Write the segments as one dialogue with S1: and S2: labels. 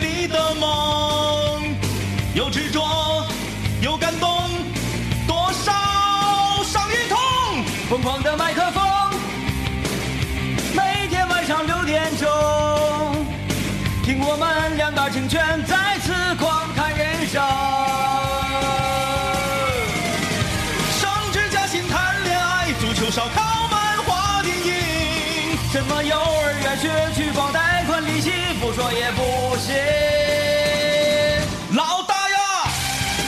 S1: 你的梦，有执着，有感动，多少伤与痛。疯狂的麦克风，每天晚上六点钟，听我们两大警犬再次狂谈人生。升职加薪谈恋爱，足球烧烤漫画电影，什么幼儿园学区房贷款利息，不说也不行。老大呀，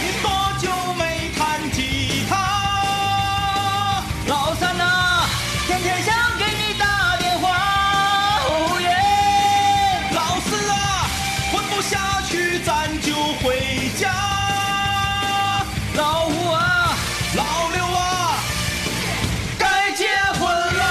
S1: 您多久没弹吉他？老三呐，天天想给你打电话。哦耶！老四啊，混不下去咱就回家。老五啊，老六啊，该结婚啦！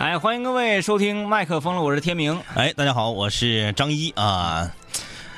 S2: 哎，欢迎各位收听麦克风了，我是天明。
S1: 哎，大家好，我是张一啊。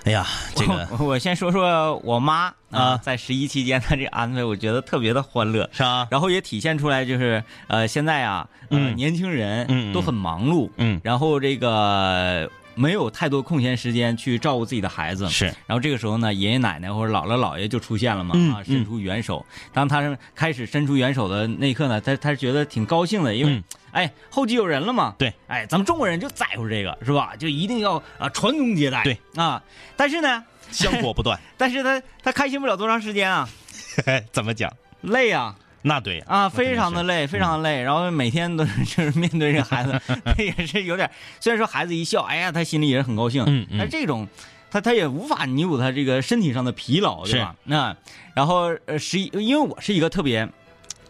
S1: 哎呀，这个
S2: 我我先说说我妈
S1: 啊
S2: 啊，在十一期间她这安排，我觉得特别的欢乐，
S1: 是啊吧？
S2: 然后也体现出来就是呃，现在啊，呃
S1: 嗯
S2: 年轻
S1: 嗯嗯
S2: 人都很忙碌，
S1: 嗯
S2: 然后这个呃没有太多空闲时间去照顾自己的孩子，
S1: 是。
S2: 然后这个时候呢，爷爷奶奶或者姥姥姥爷就出现了嘛，
S1: 嗯
S2: 啊，伸出援手。当他是开始伸出援手的那一刻呢，他他是觉得挺高兴的，因为、
S1: 嗯
S2: 哎后继有人了嘛。
S1: 对，
S2: 哎，咱们中国人就在乎这个是吧？就一定要啊传宗接代。
S1: 对
S2: 啊，但是呢，
S1: 香火不断，
S2: 但是他他开心不了多长时间啊，
S1: 怎么讲？
S2: 累啊
S1: 那对
S2: 啊，
S1: 那肯定
S2: 非常的
S1: 是
S2: 累，非常的累。然后每天都 是就是面对这个孩子， 他也是有点，虽然说孩子一笑，哎呀，他心里也是很高兴。
S1: 嗯嗯
S2: 但这种，他他也无法弥补他这个身体上的疲劳，对吧？那然后呃，十一，因为我是一个特别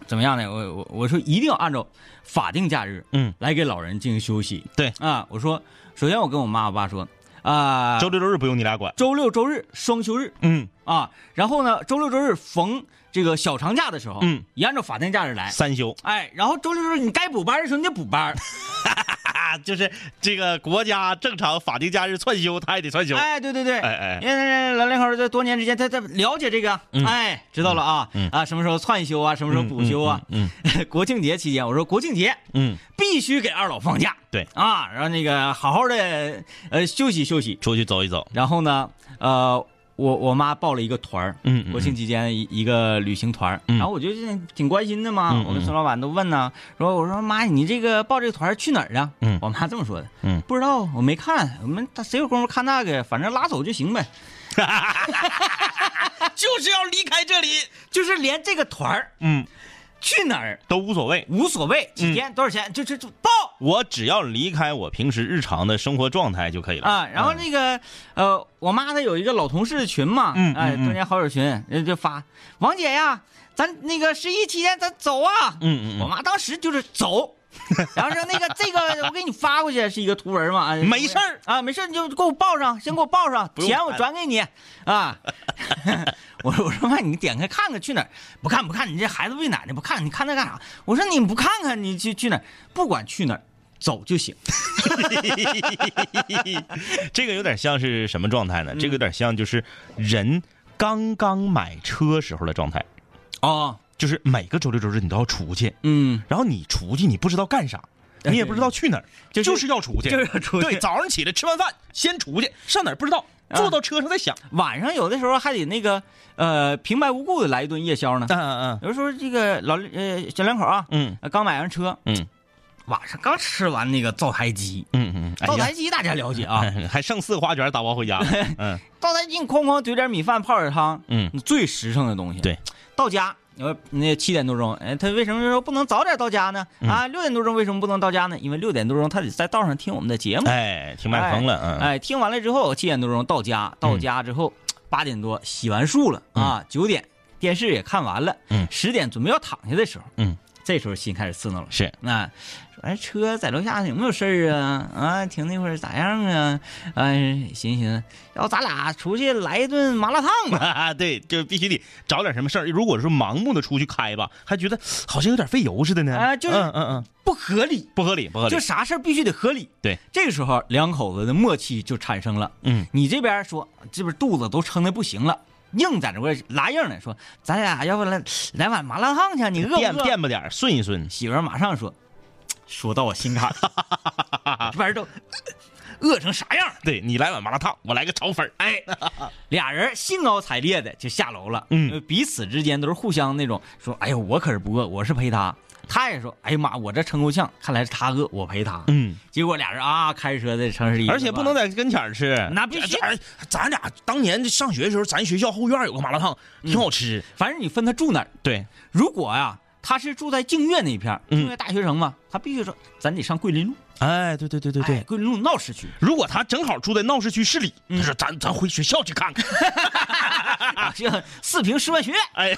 S2: 怎么样呢？我我我说一定要按照法定假日，
S1: 嗯，
S2: 来给老人进行休息。
S1: 对
S2: 啊，我说，首先我跟我妈我爸说，啊、
S1: 周六周日不用你俩管。
S2: 周六周日双休日
S1: 嗯，
S2: 啊，然后呢，周六周日逢这个小长假的时候，
S1: 嗯，
S2: 也按照法定假日来。
S1: 三休
S2: 哎，然后周六周日你该补班的时候你就补班，
S1: 啊，就是这个国家正常法定假日串休，他也得串休。
S2: 哎，对对对，
S1: 哎哎
S2: 因为老两口在多年之间，他他了解这个，
S1: 嗯
S2: 哎，知道了啊、
S1: 嗯
S2: 啊，什么时候窜休啊，什么时候补休啊？
S1: 嗯
S2: 国庆节期间，我说国庆节
S1: 嗯，
S2: 必须给二老放假，
S1: 对
S2: 啊，然后那个好好的呃休息休息。
S1: 出去走一走。
S2: 然后呢，呃，我我妈报了一个团儿，
S1: 嗯嗯
S2: 国庆期间一一个旅行团儿，
S1: 嗯
S2: 然后我就挺关心的嘛，
S1: 嗯嗯
S2: 我跟孙老板都问呢，说我说妈，你这个报这个团儿去哪儿啊？
S1: 嗯
S2: 我妈这么说的，
S1: 嗯
S2: 不知道，我没看，我们他谁有功夫看那个，反正拉走就 行呗，
S1: 就是要离开这里。
S2: 就是连这个团儿
S1: 嗯，
S2: 去哪儿
S1: 都无所谓。
S2: 无所谓，
S1: 嗯
S2: 几天、多少钱就就就报。
S1: 我只要离开我平时日常的生活状态就可以了
S2: 啊，然后那个、呃，我妈她有一个老同事的群嘛，
S1: 嗯嗯
S2: 哎，
S1: 嗯
S2: 多年好友群，人家就发王姐呀，咱那个十一期间咱走啊，
S1: 嗯嗯
S2: 我妈当时就是走，然后说那个这个我给你发过去是一个图文嘛，啊
S1: 没事儿
S2: 啊，没事儿你就给我报上，先给我报上，
S1: 用
S2: 钱我
S1: 看
S2: 转给你啊。 我说我说妈，你点开看看去哪儿？不看不看，你这孩子喂奶呢，不看你看那干啥？我说你不看看你去去哪儿？不管去哪儿走就行。
S1: 嗯，这个有点像是什么状态呢？这个有点像就是人刚刚买车时候的状态，
S2: 哦，
S1: 就是每个周六周日你都要出去，
S2: 嗯，
S1: 然后你出去，你不知道干啥，
S2: 哎
S1: 你也不知道去哪儿，
S2: 就是
S1: 就是要出去，
S2: 就是要出去
S1: 对，早上起来吃完饭先出去，上哪儿不知道，坐到车上再想。
S2: 晚上有的时候还得那个呃平白无故的来一顿夜宵呢。
S1: 嗯
S2: 有的时候这个老呃小两口啊，
S1: 嗯
S2: 呃刚买完车，
S1: 嗯
S2: 晚上刚吃完那个灶台鸡，
S1: 嗯嗯，
S2: 灶台鸡大家了解啊，
S1: 啊，还剩四个花卷打包回家。嗯
S2: 灶台鸡你哐哐怼点米饭泡点汤，
S1: 嗯，
S2: 最实诚的东西。
S1: 对，
S2: 到家呃那七点多钟，哎，他为什么说不能早点到家呢？
S1: 嗯
S2: 啊，六点多钟为什么不能到家呢？因为六点多钟他得在道上听我们的节目，
S1: 哎，听麦克风了，嗯
S2: 哎，听完了之后七点多钟到家，到家之后八点多洗完漱了啊，九点电视也看完了，
S1: 嗯
S2: 十点准备要躺下的时候，
S1: 嗯，
S2: 这时候心开始刺挠了。
S1: 是
S2: 那说哎，车在楼下有没有事儿啊？啊，停那会儿咋样啊？哎，寻思寻思，要咱俩出去来一顿麻辣烫吧？
S1: 啊，对，就必须得找点什么事儿。如果说盲目的出去开吧，还觉得好像有点费油似的呢。
S2: 啊就是
S1: 嗯嗯嗯，
S2: 不合理，
S1: 不合理，不合理
S2: 就。啥事儿必须得合理。
S1: 对，
S2: 这个时候两口子的默契就产生了。
S1: 嗯，
S2: 你这边说这边肚子都撑的不行了，硬在这块儿拉硬呢，说咱俩要不来来碗麻辣烫去，你饿
S1: 垫
S2: 不饿？
S1: 垫吧点儿顺一顺。
S2: 媳妇儿马上说，说到我心坎 儿，这玩意儿都饿成啥样了？
S1: 对你来碗麻辣烫，我来个炒粉儿。 哎，
S2: 俩人兴高采烈的就下楼了，
S1: 嗯
S2: 呃，彼此之间都是互相那种说，哎呀，我可是不饿，我是陪他。他也说，哎呀妈，我这撑够呛，看来是他饿，我陪他。
S1: 嗯，
S2: 结果俩人啊，开车在城市里，
S1: 而且不能在跟前儿吃，
S2: 那必须
S1: 咱咱俩当年上学的时候，咱学校后院有个麻辣烫，挺好吃。
S2: 反正你分他住哪儿。
S1: 对，
S2: 如果呀、他是住在净月那一片儿，净月大学城嘛，他必须说咱得上桂林路，
S1: 哎，对对对对
S2: 哎，。桂林路闹市 区，
S1: 如果他正好住在闹市区市里，他说咱咱回学校去看看，
S2: 啊，像四平师范学院
S1: 哎，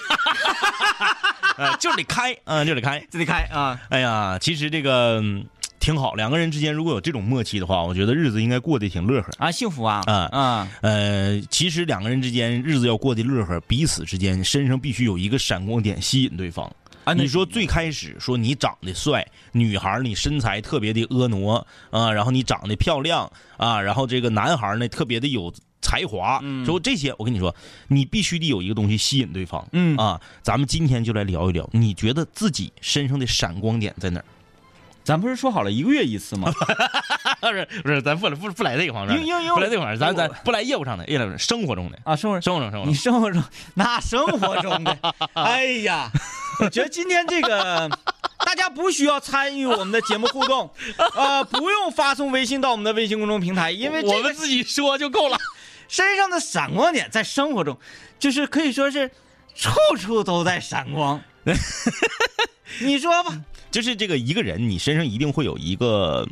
S1: 呃就是得开，嗯，就得开。
S2: 就得开啊。
S1: 哎呀，其实这个嗯挺好，两个人之间如果有这种默契的话，我觉得日子应该过得挺乐呵。
S2: 啊，幸福啊！
S1: 嗯
S2: 啊，
S1: 呃，其实两个人之间日子要过得乐呵，彼此之间身上必须有一个闪光点吸引对方。
S2: 啊那
S1: 你说最开始说你长得帅，女孩儿你身材特别的婀娜啊、然后你长得漂亮啊、然后这个男孩儿呢特别的有才华，
S2: 嗯
S1: 说这些我跟你说，你必须得有一个东西吸引对方，
S2: 嗯
S1: 啊，咱们今天就来聊一聊，你觉得自己身上的闪光点在哪儿？
S2: 咱不是说好了一个月一次 吗？
S1: 不是不是，咱不不不来这个方
S2: 面因因因
S1: 不来这个方面，咱
S2: 因
S1: 咱不来业务上的，业务上的，生活中的，
S2: 啊，生活
S1: 生活中生活
S2: 你
S1: 中，
S2: 生活中那生活中的， 哎呀，我觉得今天这 个。大家不需要参与我们的节目互 动，呃，不用发送微信到我们的微信公众平台，因为这
S1: 我
S2: 个
S1: 们自己说就够了。
S2: 身上的闪光点在生活中，就是可以说是处处都在闪 光。你说吧，
S1: 就是这个一个人，你身上一定会有一个，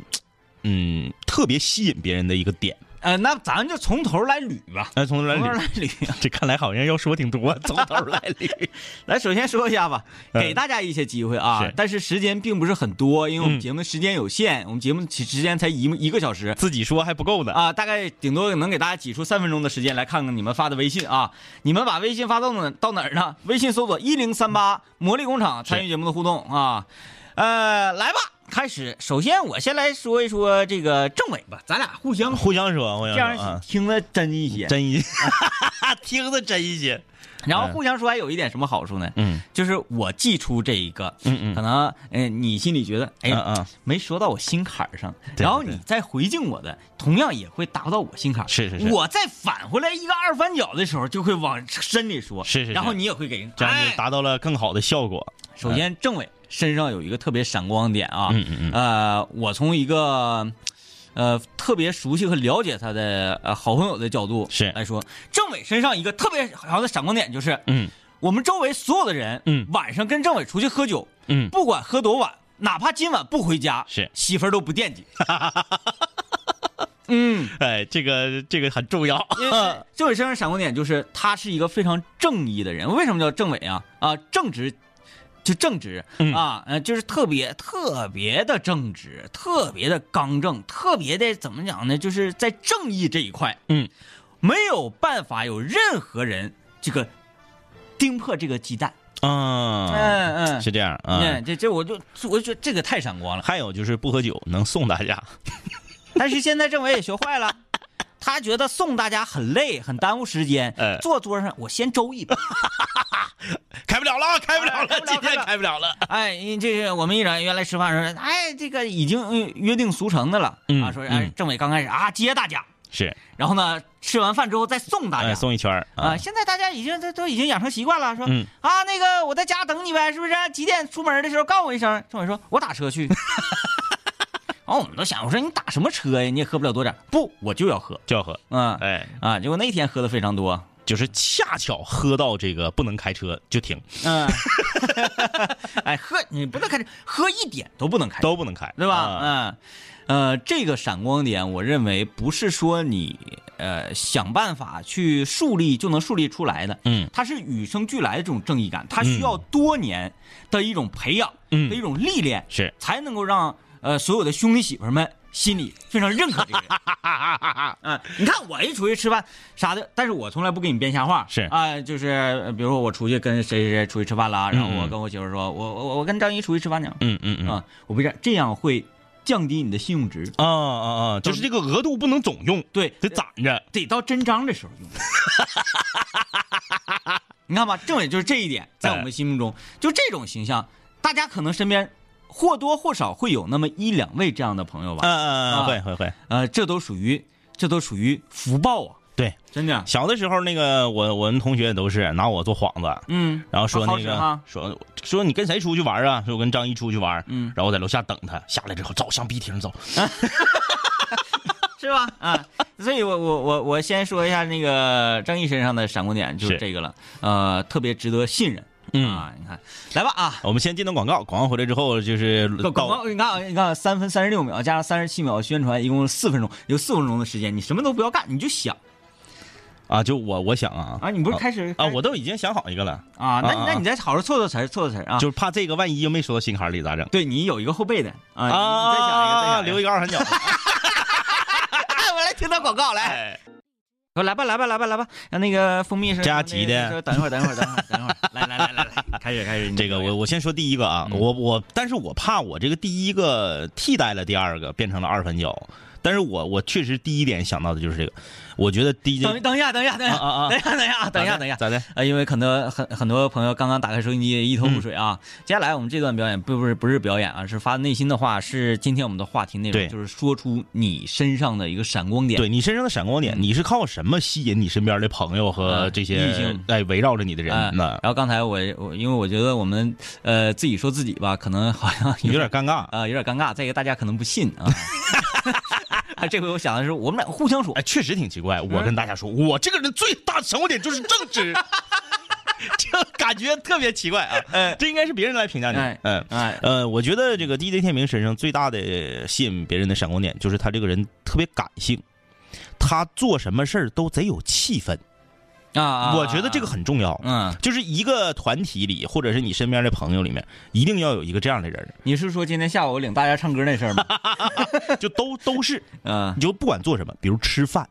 S1: 嗯，特别吸引别人的一个点。
S2: 呃，那咱就从头来捋吧，
S1: 哎，从头来
S2: 从头
S1: 捋，
S2: 来捋。
S1: 这看来好像要说挺多，从头来 捋。
S2: 来，首先说一下吧，
S1: 嗯
S2: 给大家一些机会啊，
S1: 是
S2: 但是时间并不是很多，因为我们
S1: 嗯
S2: 节目时间有限，我们节目起时间才一一个小时。
S1: 自己说还不够呢。
S2: 啊、大概顶多能给大家挤出三分钟的时间来看看你们发的微信啊。你们把微信发到哪到哪儿呢？微信搜索一零三八魔力工厂，参与节目的互动啊。呃，来吧，开始。首先我先来说一说这个政委吧，咱俩互相
S1: 互相说，互
S2: 这
S1: 相
S2: 样
S1: 说啊，
S2: 听着真一些，
S1: 嗯真一嗯些， 听着真一些。
S2: 然后互相说还有一点什么好处呢？
S1: 嗯
S2: 就是我记出这一个，
S1: 嗯嗯
S2: 可能嗯、呃你心里觉得哎
S1: 嗯
S2: 呀、
S1: 嗯，
S2: 没说到我心坎儿上，
S1: 对
S2: 然后
S1: 对
S2: 你再回敬我的，同样也会打不到我心坎儿。
S1: 是是是
S2: 我再返回来一个二翻脚的时候，就会往深里说。
S1: 是是是
S2: 然后你也会给人
S1: 这样
S2: 哎
S1: 就达到了更好的效果。
S2: 首先，政委身上有一个特别闪光点啊，
S1: 嗯嗯嗯
S2: 呃，我从一个呃特别熟悉和了解他的呃好朋友的角度
S1: 是
S2: 来说，政委身上一个特别好的闪光点就是，
S1: 嗯
S2: 我们周围所有的人，
S1: 嗯
S2: 晚上跟政委出去喝酒，
S1: 嗯
S2: 不管喝多晚，哪怕今晚不回家，
S1: 是
S2: 媳妇儿都不惦 记。嗯，
S1: 哎，这个这个很重要。
S2: 因为政委身上闪光点就是他是一个非常正义的人。为什么叫政委啊？啊，正直，就正直、
S1: 嗯
S2: 啊，呃，就是特别特别的正直，特别的刚正，特别的怎么讲呢？就是在正义这一块，
S1: 嗯，
S2: 没有办法有任何人这个盯破这个鸡蛋。
S1: 嗯，
S2: 嗯嗯，
S1: 是这样啊。
S2: 嗯，这这我就我就觉得这个太闪光了。
S1: 还有就是不喝酒，能送大家。
S2: 但是现在政委也学坏了，他觉得送大家很累，很耽误时间
S1: 哎。
S2: 坐桌上我先周 一杯。
S1: 开不了了，开不了
S2: 哎开
S1: 了
S2: 不，了
S1: 今天
S2: 开不了
S1: 开不了了。
S2: 哎，因为这是我们一整原来吃饭的时候，哎，这个已经嗯约定俗成的了、
S1: 嗯
S2: 啊。说哎
S1: 嗯，
S2: 政委刚开始啊接大家，
S1: 是，
S2: 然后呢吃完饭之后再送大家。
S1: 哎，送一圈儿
S2: 啊，。现在大家已经都都已经养成习惯了，说、
S1: 嗯
S2: 啊，那个我在家等你呗，是不是？几点出门的时候告诉我一声。政委说，我打车去。 然后我们都想，我说你打什么车呀？你也喝不了多点儿，不，我就要喝。
S1: 就要喝。
S2: 嗯
S1: 哎，
S2: 啊，结果那天喝的非常多，
S1: 就是恰巧喝到这个不能开车就停，
S2: 嗯， 哎，喝你不能开车，喝一点都不能开车，
S1: 都不能开，
S2: 对吧？
S1: 啊
S2: 嗯，呃，这个闪光点，我认为不是说你呃想办法去树立就能树立出来的，
S1: 嗯，
S2: 它是与生俱来的这种正义感，它需要多年的一种培养，
S1: 嗯
S2: 的一种历练，
S1: 是
S2: 才能够让呃所有的兄弟媳妇儿们心里非常认可这个人。
S1: 啊
S2: 嗯，你看我一出去吃饭啥的，但是我从来不给你编瞎话。
S1: 是
S2: 啊、就是呃比如说我出去跟谁谁谁出去吃饭了，然后我
S1: 嗯
S2: 跟我媳妇儿说，我我我跟张一出去吃饭去了。
S1: 嗯嗯嗯，
S2: 啊，我不这样，这样会降低你的信用值。
S1: 啊啊啊，就是这啊个额度不能总用，
S2: 对，
S1: 得攒着，
S2: 得到真章的时候用。你看吧，政委就是这一点，在
S1: 哎
S2: 我们心目中，就这种形象，大家可能身边或多或少会有那么一两位这样的朋友吧。
S1: 嗯嗯，会会会。
S2: 呃，这都属于这都属于福报啊，
S1: 对，
S2: 真的。
S1: 小的时候那个我我们同学也都是拿我做幌子，
S2: 嗯，
S1: 然后说
S2: 好
S1: 那
S2: 使
S1: 个
S2: 哈
S1: 说说你跟谁出去玩啊？说我跟张一出去玩，
S2: 嗯，
S1: 然后我在楼下等他，下来之后走上壁厅走，
S2: 是吧？ 啊，所以我我我我先说一下那个张毅身上的闪光点就是
S1: 是嗯
S2: 这个了，呃，特别值得信任。啊，你看，来吧啊，
S1: 我们先进段广告，广告回来之后就是
S2: 广广
S1: 到
S2: 告，你看啊，你看啊，三分三十六秒加上三十七秒宣传，一共四分钟，有四分钟的时间，你什么都不要干，你就想
S1: 啊，就我我想啊
S2: 啊，你不是开始
S1: 啊，我都已经想好一个了，
S2: 啊，那你
S1: 啊啊
S2: 那你再好好凑凑词儿，凑凑词儿啊，
S1: 就是怕这个万一又没说到心坎里咋整
S2: 对你有一个后备的啊，你你再想一个，再
S1: 啊？
S2: 想
S1: 留
S2: 一
S1: 一个二三角，
S2: 个，哎，我来听到广告来。
S1: 哎，
S2: 说来吧，来吧，来吧，来吧，让那个蜂蜜是
S1: 加急的
S2: 说等一会儿，等一会儿，等一会儿，等一 会儿，来来来来来，开始开始，你
S1: 这个我我先说第一个啊，
S2: 嗯
S1: 我我，但是我怕我这个第一个替代了第二个，变成了二分角。但是我我确实第一点想到的就是这个，我觉得第一件
S2: 等等一下，等一下，等一下，
S1: 啊啊啊
S2: 等一下，等一下，等一下，等一下。
S1: 咋的？
S2: 啊，因为可能很很多朋友刚刚打开收音机一头雾水啊。接下来我们这段表演不不是不是表演啊，是发自内心的话，是今天我们的话题内容，
S1: 对
S2: 就是说出你身上的一个闪光点。哎
S1: 对你身上的闪光点，你是靠什么吸引你身边的朋友和
S2: 嗯
S1: 这些
S2: 异性
S1: 哎围绕着你的
S2: 哎，
S1: 人呢
S2: 然？后刚才我我因为我觉得我们呃自己说自己吧，可能好像
S1: 有点尴尬。
S2: 啊、有点尴尬。再一个大家可能不信啊。 啊，这回我想的是我们俩互相说
S1: 哎，，确实挺奇
S2: 嗯
S1: 怪。我跟大家说，我这个人最大的闪光点就是正直， 这感觉特别奇怪啊。这应该是别人来评价你
S2: 嗯哎。
S1: 嗯，
S2: 哎，
S1: 呃，我觉得这个 DJ 天明身上最大的吸引别人的闪光点，就是他这个人特别感性，他做什么事儿都贼有气氛。
S2: 啊啊，
S1: 我觉得这个
S2: 啊
S1: 很重要。
S2: 嗯，
S1: 就是一个团体里，或者是你身边的朋友里面，一定要有一个这样的人，
S2: 你是说今天下午我领大家唱歌那事儿 吗？
S1: 就都都是，
S2: 嗯
S1: 你就不管做什么，比如吃饭，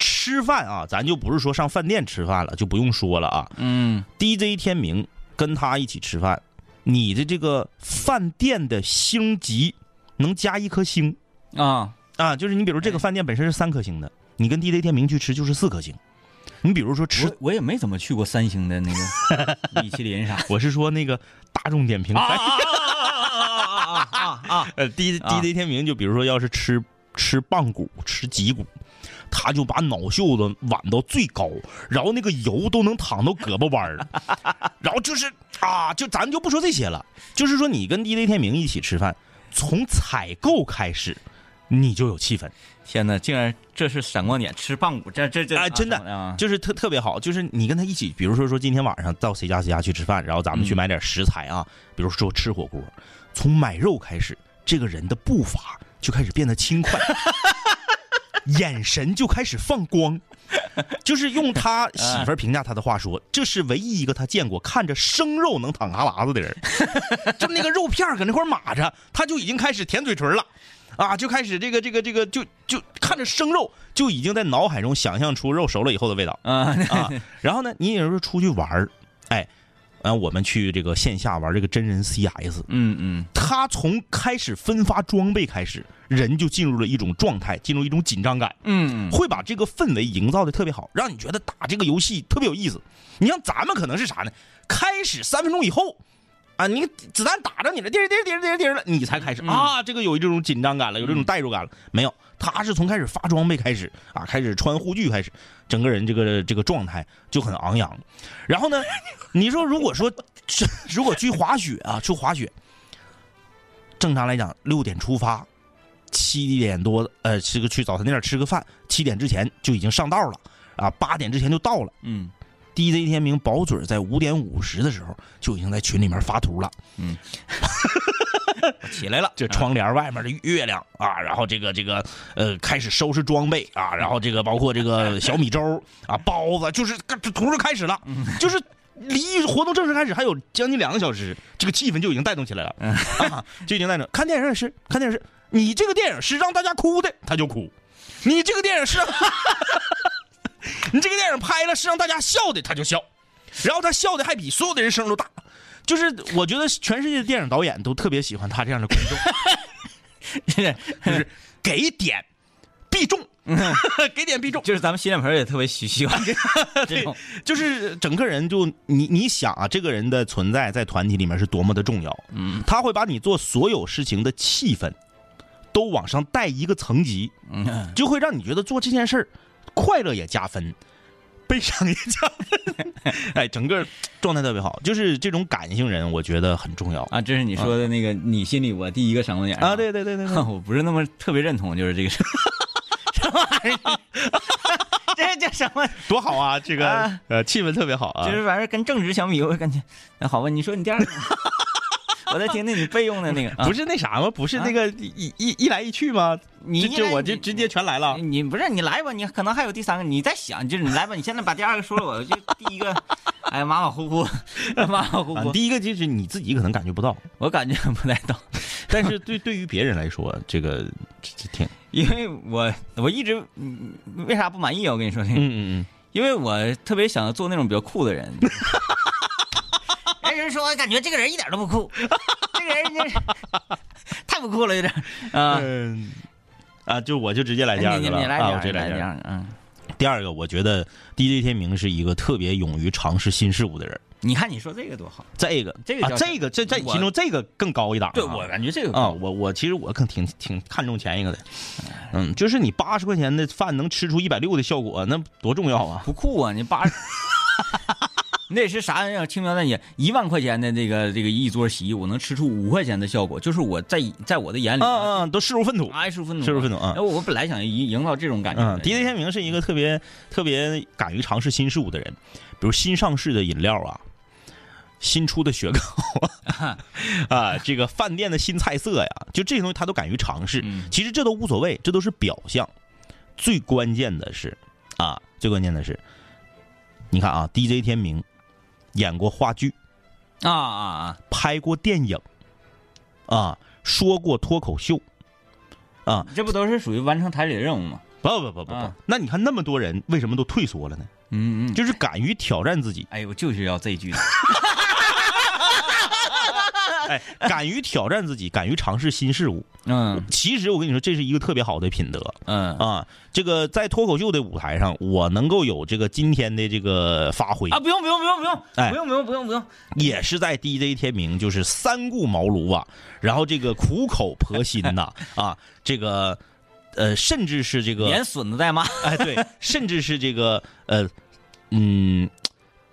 S1: 吃饭啊，咱就不是说上饭店吃饭了，就不用说了啊。
S2: 嗯
S1: DJ 天明跟他一起吃饭，你的这个饭店的星级能加一颗星，
S2: 啊
S1: 啊，就是你比如这个饭店本身是三颗星的，你跟 DJ 天明去吃就是四颗星。你比如说吃，
S2: 我我也没怎么去过三星的那 个米其林啥
S1: 我是说那个大众点评，
S2: 啊啊啊啊
S1: 呃，D
S2: 啊
S1: DJ 天明就比如说要是吃吃棒骨、吃脊骨，他就把脑袖子挽到最高，然后那个油都能淌到胳膊弯儿了，然后就是啊，就咱就不说这些了，就是说你跟 DJ 天明一起吃饭，从采购开始。你就有气氛，
S2: 天哪，竟然这是闪光点，吃棒骨，这这这
S1: 哎真的
S2: 啊！
S1: 就是特特别好，就是你跟他一起，比如说说今天晚上到谁家谁家去吃饭，然后咱们去买点食材啊，比如说吃火锅，从买肉开始，这个人的步伐就开始变得轻快，眼神就开始放光，就是用他媳妇儿评价他的话说，这是唯一一个他见过看着生肉能淌哈喇子的人，就那个肉片儿搁那块儿码着，他就已经开始舔嘴唇了。啊，就开始这个这个这个，就就看着生肉，就已经在脑海中想象出肉熟了以后的味道。
S2: 啊，
S1: 啊，然后呢，你也是出去玩儿，哎，啊，我们去这个线下玩这个真人 CS，
S2: 嗯嗯，
S1: 他从开始分发装备开始，人就进入了一种状态，进入一种紧张感，
S2: 嗯，
S1: 会把这个氛围营造的特别好，让你觉得打这个游戏特别有意思。你像咱们可能是啥呢？开始三分钟以后。啊，你子弹打着你了，滴儿滴儿滴儿滴儿滴儿了，你才开始啊，这个有这种紧张感了，有这种代入感了。没有，他是从开始发装备开始啊，开始穿护具开始，整个人这个这个状态就很昂扬。然后呢，你说如果说这如果去滑雪啊，去滑雪，正常来讲六点出发，七点多呃吃个去早餐店吃个饭，七点之前就已经上道了。啊，八点之前就到了。
S2: 嗯
S1: DJ 天明保准在五点五十的时候就已经在群里面发图了，
S2: 嗯，我起来了，
S1: 这啊窗帘外面的月亮啊，然后这个这个呃开始收拾装备啊，然后这个包括这个小米粥啊、包子，就是这图就开始了，就是。离活动正式开始还有将近两个小时，这个气氛就已经带动起来了，啊，就已经带动。看电影也是，看电影是，你这个电影是让大家哭的，他就哭；你这个电影是让，你这个电影拍了是让大家笑的，他就笑。然后他笑的还比所有的人声都大。就是我觉得全世界的电影导演都特别喜欢他这样的观众，就是给点必中， 给点必中，
S2: 就是咱们洗脸盆也特别喜喜欢 这这种，
S1: 就是整个人就你你想啊，这个人的存在在团体里面是多么的重要，嗯，他会把你做所有事情的气氛都往上带一个层级，
S2: 嗯
S1: 就会让你觉得做这件事儿快乐也加分，悲伤也加分， 哎，整个状态特别好，就是这种感性人，我觉得很重要
S2: 啊，这是你说的那个，你心里我第一个闪光点
S1: 啊，，对对对对对，
S2: 我不是那么特别认同，就是这个 事，什么玩意儿？ 这叫什么？
S1: 多好啊，这
S2: 啊
S1: 个呃气氛特别好啊，
S2: 就是反正跟正直相比，我感觉那好吧。你说你第二个， 我在听听你备用的那个，啊
S1: 不是那啥吗？不是那个一一一来一去吗？
S2: 你
S1: 这
S2: 一
S1: 这
S2: 来
S1: 我
S2: 你
S1: 就直接全来了。
S2: 你不是你来吧？你可能还有第三个，你再想，就是你来吧。你现在把第二个说了，我就第一个，哎呀，马马虎虎，马马虎
S1: 啊
S2: 虎，
S1: 第一个就是你自己可能感觉不到，
S2: 我感觉不太懂。
S1: 但是对对于别人来说，这个这这挺
S2: 因为我我一直嗯为啥不满意啊？我跟你说这个，
S1: 嗯嗯
S2: 因为我特别想做那种比较 酷的人。人人说，感觉这个人一点都不酷，这个人真是太不酷了，有点啊。
S1: 嗯啊，就我就直接来第
S2: 你
S1: 二
S2: 哎你
S1: 个
S2: 你
S1: 了
S2: 来
S1: 啊，我直接
S2: 第
S1: 来
S2: 来
S1: 第二
S2: 二个，嗯，
S1: 个。第二个，我觉得 DJ 天明是一个特别勇于尝试新事物的人。
S2: 你看你说这个多好，
S1: 这个
S2: 这个
S1: 啊
S2: 叫
S1: 这个这在你
S2: 我
S1: 心中这个更高一档啊。
S2: 感觉这
S1: 啊，我我其实我更挺挺看重前一个的，
S2: 哎
S1: 嗯，就是你八十块钱的饭能吃出一百六的效果，那多重要啊！
S2: 不酷啊，你 八十。你得是啥人啊？轻描淡写，一万块钱的这个这个一桌席，我能吃出五块钱的效果，就是我在在我的眼里，
S1: 嗯嗯，都视如粪土，
S2: 爱舒愤怒，
S1: 视如粪土啊
S2: 哎！我本来想营营造这种感觉
S1: 嗯
S2: 的。
S1: ，DJ 天明是一个特别特别敢于尝试新事物的人，比如新上市的饮料啊，新出的雪糕啊， 啊，这个饭店的新菜色呀，就这些东西他都敢于尝试。
S2: 嗯
S1: 其实这都无所谓，这都是表象，最关键的是啊，最关键的是，你看啊，DJ 天明演过话剧，
S2: 啊啊啊！
S1: 拍过电影，啊，说过脱口秀，
S2: 这不都是属于完成台里的任务吗？
S1: 不不不不不，
S2: 啊
S1: 那你看那么多人为什么都退缩了呢？
S2: 嗯嗯，
S1: 就是敢于挑战自己。
S2: 哎，我就是要 这句。
S1: 哎，敢于挑战自己，敢于尝试新事物。
S2: 嗯
S1: 其实我跟你说，这是一个特别好的品德
S2: 嗯
S1: 啊！这个在脱口秀的舞台上，我能够有这个今天的这个发挥，
S2: 啊，不用不用不用不用，
S1: 哎
S2: 不用不用不用不用，
S1: 也是在 DJ 天明就是三顾茅庐啊，然后这个苦口婆心呐啊，这个呃，甚至是这个
S2: 连损子带骂。
S1: 哎对，甚至是这个呃嗯，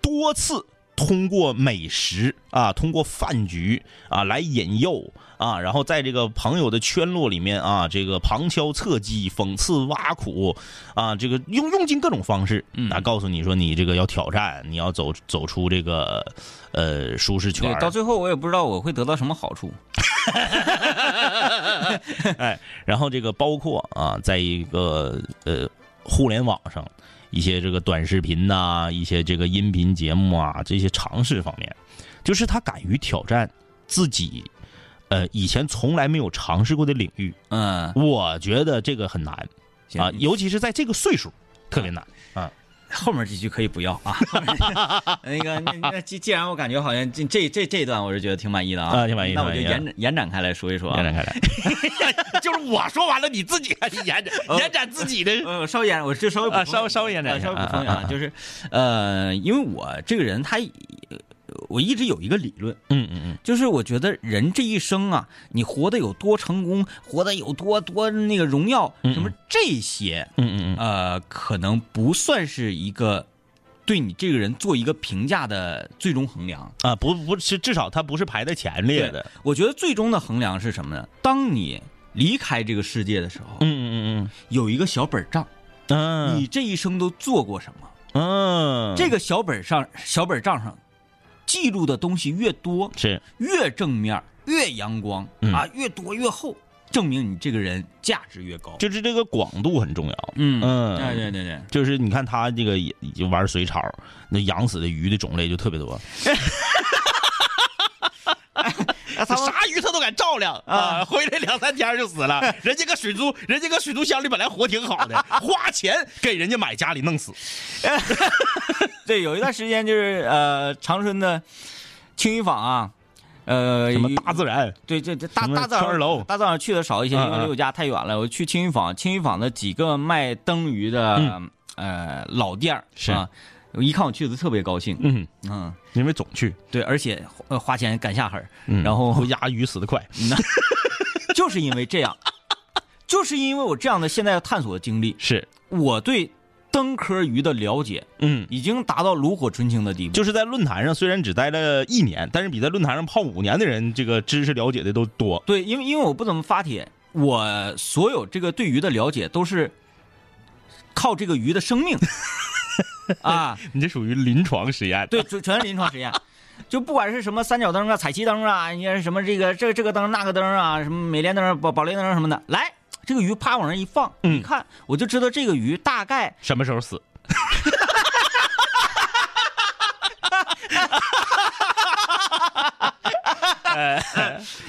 S1: 多次通过美食啊，通过饭局啊来引诱啊，然后在这个朋友的圈落里面啊，这个旁敲侧击、讽刺挖苦啊，这个用用尽各种方式
S2: 嗯
S1: 啊，告诉你说你这个要挑战，你要走走出这个呃舒适圈
S2: 对
S1: 儿，
S2: 到最后我也不知道我会得到什么好处。
S1: 然后这个包括啊，在一个呃互联网上一些这个短视频呐、一些这个音频节目啊，这些尝试方面，就是他敢于挑战自己。呃，以前从来没有尝试过的领域，
S2: 嗯
S1: 我觉得这个很难
S2: 行
S1: 啊，尤其是在这个岁数，特 别难。
S2: 后面几句可以不要 啊。那个，那那既既然我感觉好像这这这这一段我是觉得挺满意的啊，
S1: 啊挺满意
S2: 那我就
S1: 挺满意啊
S2: 延展延展开来说一说
S1: 延
S2: 啊。
S1: 展开来， 就是我说完了，你自己还是延展延展自己的
S2: 呃，稍微延，我就稍微补充
S1: 啊稍微稍微延展
S2: 啊
S1: 一下
S2: 稍微补充一
S1: 啊
S2: 下
S1: 啊，啊
S2: 就是，呃，因为我这个人他，呃我一直有一个理论，
S1: 嗯嗯嗯，
S2: 就是我觉得人这一生啊，你活得有多成功，活得有多多那个荣耀，
S1: 嗯嗯
S2: 什么这些，
S1: 嗯嗯嗯，
S2: 呃，可能不算是一个对你这个人做一个评价的最终衡量。
S1: 啊，不不是，至少他不是排在前列的。
S2: 我觉得最终的衡量是什么呢？当你离开这个世界的时候，
S1: 嗯嗯嗯
S2: 有一个小本账，
S1: 嗯嗯
S2: 你这一生都做过什么？
S1: 嗯，
S2: 这个小本上小本账上记录的东西越多，
S1: 是
S2: 越正面，越阳光
S1: 嗯
S2: 啊，越多越厚，证明你这个人价值越高。
S1: 就是这个广度很重要。
S2: 嗯
S1: 嗯
S2: 对对对对，
S1: 就是你看他这个也就玩水草，那养死的鱼的种类就特别 多，
S2: 那
S1: 他啥鱼他都敢照亮
S2: 啊
S1: 啊，回来两三天就死 了。人家搁水族，人家搁水族箱里本来活挺好 的，花钱给人家买家里弄死。
S2: 对，有一段时间就是呃，长春的青衣坊啊，呃，
S1: 什么
S2: 有
S1: 大自然？
S2: 对这这大
S1: 什么
S2: 大自然
S1: 圈儿楼
S2: 大自然去的少一些，
S1: 嗯
S2: 因为离我家太远了。我去青鱼坊，青鱼坊的几个卖灯鱼的、
S1: 嗯
S2: 呃老店儿
S1: 是
S2: 啊，我一看我去的特别高兴，
S1: 嗯，
S2: 嗯，
S1: 因为总去，
S2: 对，而且呃花钱赶下狠儿，
S1: 嗯
S2: 然后
S1: 回家鱼死的快。
S2: 就是因为这样， 就是因为我这样的现在探索的经历，
S1: 是，
S2: 我对灯科鱼的了解
S1: 嗯，
S2: 已经达到炉火纯青的地步。
S1: 就是在论坛上虽然只待了一年，但是比在论坛上泡五年的人，这个知识了解的都多。
S2: 对，因为因为我不怎么发帖，我所有这个对鱼的了解都是靠这个鱼的生命 啊，
S1: 你这属于临床实验。
S2: 对，全全是临床实验。就不管是什么三角灯啊、彩旗灯啊，你看什么这个这这个灯那个灯啊，什么美联灯、宝宝莲灯什么的，来这个鱼啪往那一放，
S1: 嗯
S2: 你看我就知道这个鱼大概
S1: 什么时候死？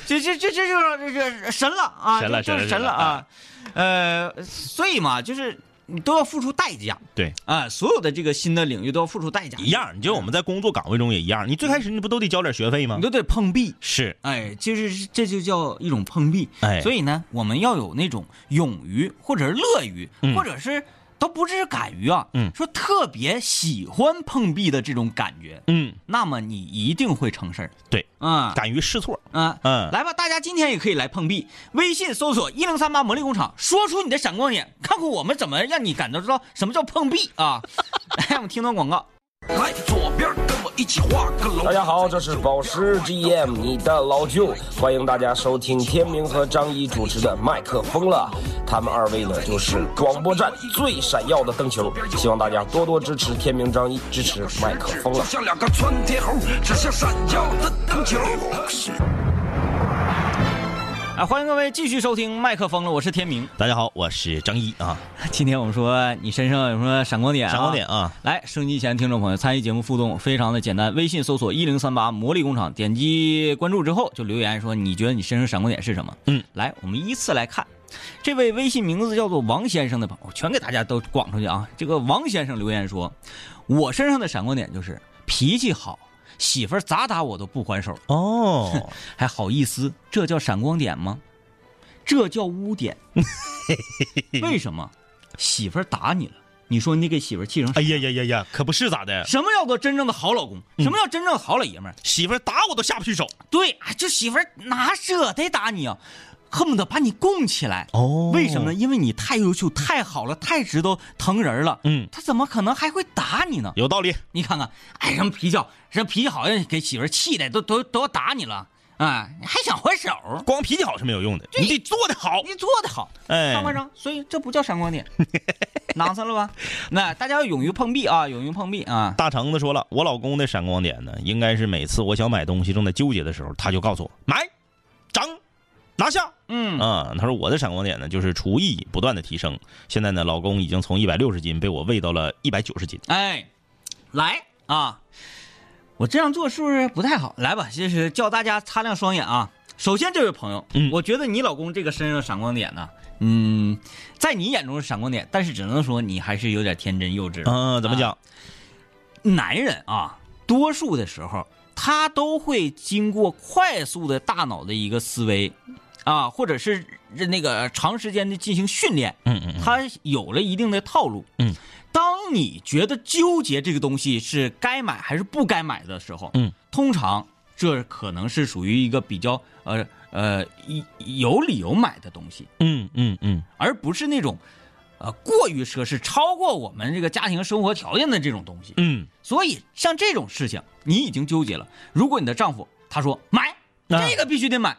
S2: 这这这这就是这这神了啊，
S1: 神了
S2: 这这是
S1: 神了神
S2: 神
S1: 了
S2: 了啊，呃，所以嘛，就是你都要付出代价
S1: 对，
S2: 啊，所有的这个新的领域都要付出代价，
S1: 一样。你就我们在工作岗位中也一样，你最开始你不都得交点学费吗
S2: 你？都得碰壁。
S1: 是，
S2: 啊哎，就是这就叫一种碰壁。
S1: 哎
S2: 所以呢，我们要有那种勇于，或者是乐于，
S1: 嗯
S2: 或者是都不是敢于啊，
S1: 嗯
S2: 说特别喜欢碰壁的这种感觉，
S1: 嗯，
S2: 那么你一定会成事儿。
S1: 对，
S2: 啊、
S1: 敢于试错。
S2: 啊，
S1: 嗯
S2: 来吧，大家今天也可以来碰壁。微信搜索一零三八魔力工厂，说出你的闪光点，看看我们怎么让你感到知道什么叫碰壁啊！ 来，我们听段广告。
S3: 来，左边跟我一起画个龙。
S4: 大家好，这是宝石 GM，你的老舅，欢迎大家收听天明和张一主持的《麦克风了》，他们二位呢就是广播站最闪耀的灯球，希望大家多多支持天明、张一，支持麦克风了
S3: 就。像两个窜天猴，指向闪耀的灯球。
S2: 啊，欢迎各位继续收听麦克风了，我是天明。
S1: 大家好，我是张一啊，
S2: 今天我们说你身上有什么闪光点、
S1: 闪光点。啊，
S2: 来，收音机前听众朋友参与节目互动非常的简单，微信搜索一零三八魔力工厂，点击关注之后就留言说你觉得你身上闪光点是什么？
S1: 嗯，
S2: 来，我们依次来看，这位微信名字叫做王先生的朋友，全给大家都广出去啊！这个王先生留言说，我身上的闪光点就是脾气好，媳妇儿咋打我都不还手，
S1: 哦，
S2: 还好意思，这叫闪光点吗？这叫 污点。为什么？媳妇儿打你了，你说你给媳妇儿气成啥
S1: 哎呀呀呀呀，嗯可不是咋的，
S2: 什么叫做真正的好老公？什么叫真正的好老爷们儿？
S1: 媳妇儿打我都下不去手。
S2: 对，哎这媳妇儿哪舍得打你啊，恨不得把你供起来。
S1: 哦
S2: 为什么呢？？因为你太优秀、太好了、太值得疼人了。
S1: 嗯
S2: 他怎么可能还会打你呢？
S1: 有道理，
S2: 你看看，哎，什么脾气好，这脾气好像给媳妇儿气的，都都都要打你了，哎，你还想还手？
S1: 光脾气好是没有用的，你得做得好。
S2: 你做的好，
S1: 哎
S2: 上半张，所以这不叫闪 光点，囊上了吧？那大家要勇于碰壁啊，勇于碰壁啊！
S1: 大橙子说了，我老公的闪光点呢，应该是每次我想买东西正在纠结的时候，他就告诉我买、涨、拿下。
S2: 嗯
S1: 啊，他说我的闪光点呢，就是厨艺不断的提升。现在呢，老公已经从一百六十斤被我喂到了一百九十斤。
S2: 哎，来啊！我这样做是不是不太好？来吧，就是教大家擦亮双眼啊。首先，这位朋友，
S1: 嗯
S2: 我觉得你老公这个身上闪光点呢，嗯，在你眼中是闪光点，但是只能说你还是有点天真幼稚。
S1: 嗯、怎么
S2: 啊
S1: 讲？
S2: 男人啊，多数的时候他都会经过快速的大脑的一个思维，啊，或者是那个长时间的进行训练，
S1: 嗯嗯嗯，
S2: 他有了一定的套路。
S1: 嗯，
S2: 当你觉得纠结这个东西是该买还是不该买的时候，
S1: 嗯，
S2: 通常这可能是属于一个比较呃呃一有理由买的东西，
S1: 嗯嗯嗯，
S2: 而不是那种呃过于奢侈、超过我们这个家庭生活条件的这种东西。
S1: 嗯，
S2: 所以像这种事情，你已经纠结了。如果你的丈夫他说买
S1: 啊
S2: 这个必须得买，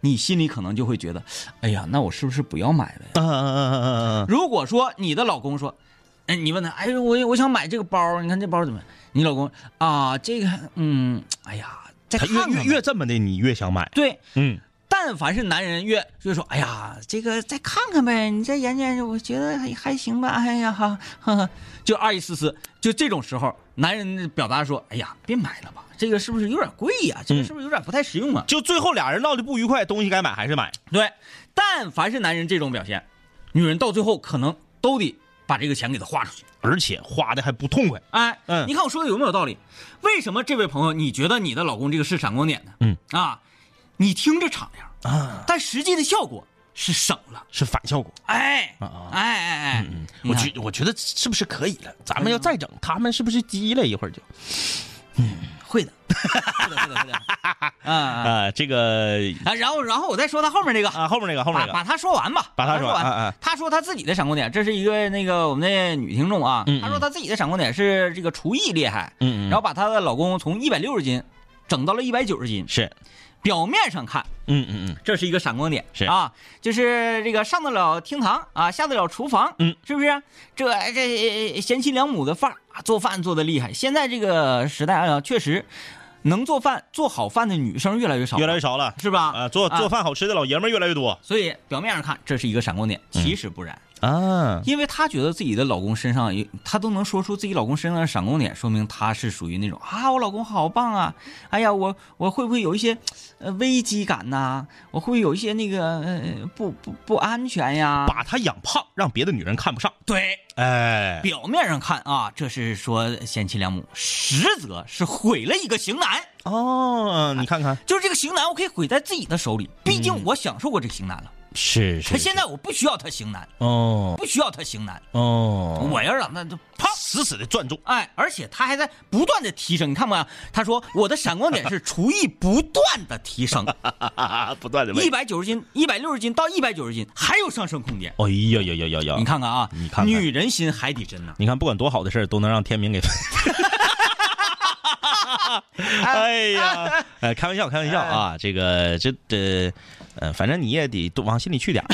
S2: 你心里可能就会觉得，哎呀，那我是不是不要买了呀？
S1: 啊啊啊啊啊啊！
S2: 如果说你的老公说，哎，你问他，哎，我我想买这个包，你看这包怎么样？你老公啊，这个，嗯，哎呀，再
S1: 他
S2: 看
S1: 越
S2: 看吧
S1: 越越这么的，你越想买。
S2: 对，
S1: 嗯，
S2: 但凡是男人越越说，哎呀，这个再看看呗，你再研究研究，我觉得还还行吧。哎呀哈，呵呵，就二意思思，就这种时候，男人的表达说，哎呀，别买了吧，这个是不是有点贵呀、
S1: 嗯
S2: 这个是不是有点不太实用啊？
S1: 就最后俩人闹得不愉快，东西该买还是买。
S2: 对，但凡是男人这种表现，女人到最后可能都得把这个钱给他花出去。
S1: 而且花的还不痛快。
S2: 哎，
S1: 嗯
S2: 你看我说的有没有道理？为什么这位朋友你觉得你的老公这个是闪光点呢？
S1: 嗯
S2: 啊，你听着敞亮，
S1: 啊，
S2: 但实际的效果是省了。
S1: 是反效果。
S2: 哎，
S1: 啊啊
S2: 哎哎哎，你
S1: 我
S2: 看嗯
S1: 觉我觉得是不是可以了？咱们要再整，他们是不是急了？一会儿就
S2: 会的，会的，会的，会的，啊啊
S1: 啊，这个
S2: 啊！然后，然后我再说他后面这个，
S1: 啊，后面那个后面
S2: 把
S1: 那
S2: 把
S1: 个，
S2: 他说完吧，
S1: 把他
S2: 他
S1: 说
S2: 说
S1: 完啊啊
S2: 他说他自己的闪光点，这是一个那个我们的女听众啊
S1: 嗯嗯，
S2: 她说她自己的闪光点是这个厨艺厉害，
S1: 嗯嗯
S2: 然后把她的老公从一百六十斤整到了一百九十斤，
S1: 是，
S2: 表面上看
S1: 嗯嗯嗯，
S2: 这是一个闪光点，
S1: 是
S2: 啊，就是这个上得了厅堂啊，下得了厨房，
S1: 嗯，
S2: 是不是？这这呃贤妻良母的范儿啊，做饭做的厉害。现在这个时代啊，确实能做饭做好饭的女生越来越少，
S1: 越来越
S2: 少，
S1: 少了
S2: 是吧？
S1: 啊，做做饭好吃的老爷们儿越来越多
S2: 所以表面上看这是一个闪光点，
S1: 嗯
S2: 其实不然，
S1: 啊。
S2: 因为她觉得自己的老公身上有，她都能说出自己老公身上的闪光点，说明她是属于那种啊，我老公好棒啊，哎呀，我我会不会有一些呃危机感呐、我会不会有一些那个呃不不不安全呀？
S1: 把他养胖，让别的女人看不上。
S2: 对，
S1: 哎，
S2: 表面上看啊，这是说贤妻良母，实则是毁了一个型男。
S1: 哦，你看看，
S2: 就是这个型男，我可以毁在自己的手里，毕竟我享受过这个型男了。
S1: 是
S2: 他现在我不需要他型男，
S1: 哦
S2: 不需要他型男，
S1: 哦，
S2: 我要让他就啪
S1: 死死的攥住。
S2: 哎，而且他还在不断的提升，你看没看？他说我的闪光点是厨艺不断的提升，
S1: 啊，不断的
S2: 一百九十斤、一百六十斤到一百九十斤，还有上升空间。
S1: 哎呀呀呀呀呀！
S2: 你，看看啊，
S1: 你看看
S2: 女人心海底针呐、
S1: 你看，不管多好的事儿，都能让天明 给。哎 呀，呃，开玩笑，开玩笑啊，这个这这，呃，反正你也得多往心里去点儿。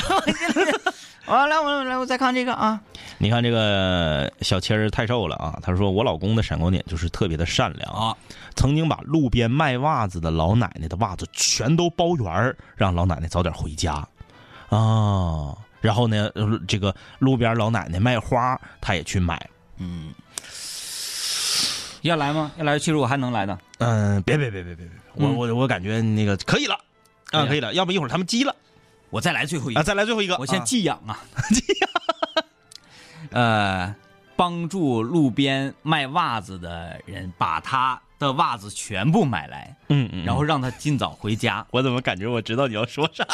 S2: 啊，来，我来，我再看这个啊，
S1: 你看这个小七儿太瘦了啊，他说我老公的闪光点就是特别的善良啊，
S2: 啊，
S1: 曾经把路边卖袜子的老奶奶的袜子全都包圆儿，让老奶奶早点回家啊。然后呢，呃这个路边老奶奶卖花，他也去买。
S2: 要来吗？要来，其实我还能来的。
S1: 嗯，别别别别别别，我我我感觉那个可以了。
S2: 可以
S1: 啊，
S2: 了
S1: 可以了，要不一会儿他们急了
S2: 我再来最后一
S1: 啊！
S2: 个，
S1: 再来最后一个，
S2: 我先
S1: 啊
S2: 寄养啊，寄养。呃，帮助路边卖袜子的人把他的袜子全部买来，
S1: 嗯嗯，
S2: 然后让他尽早回家。
S1: 我怎么感觉我知道你要说啥？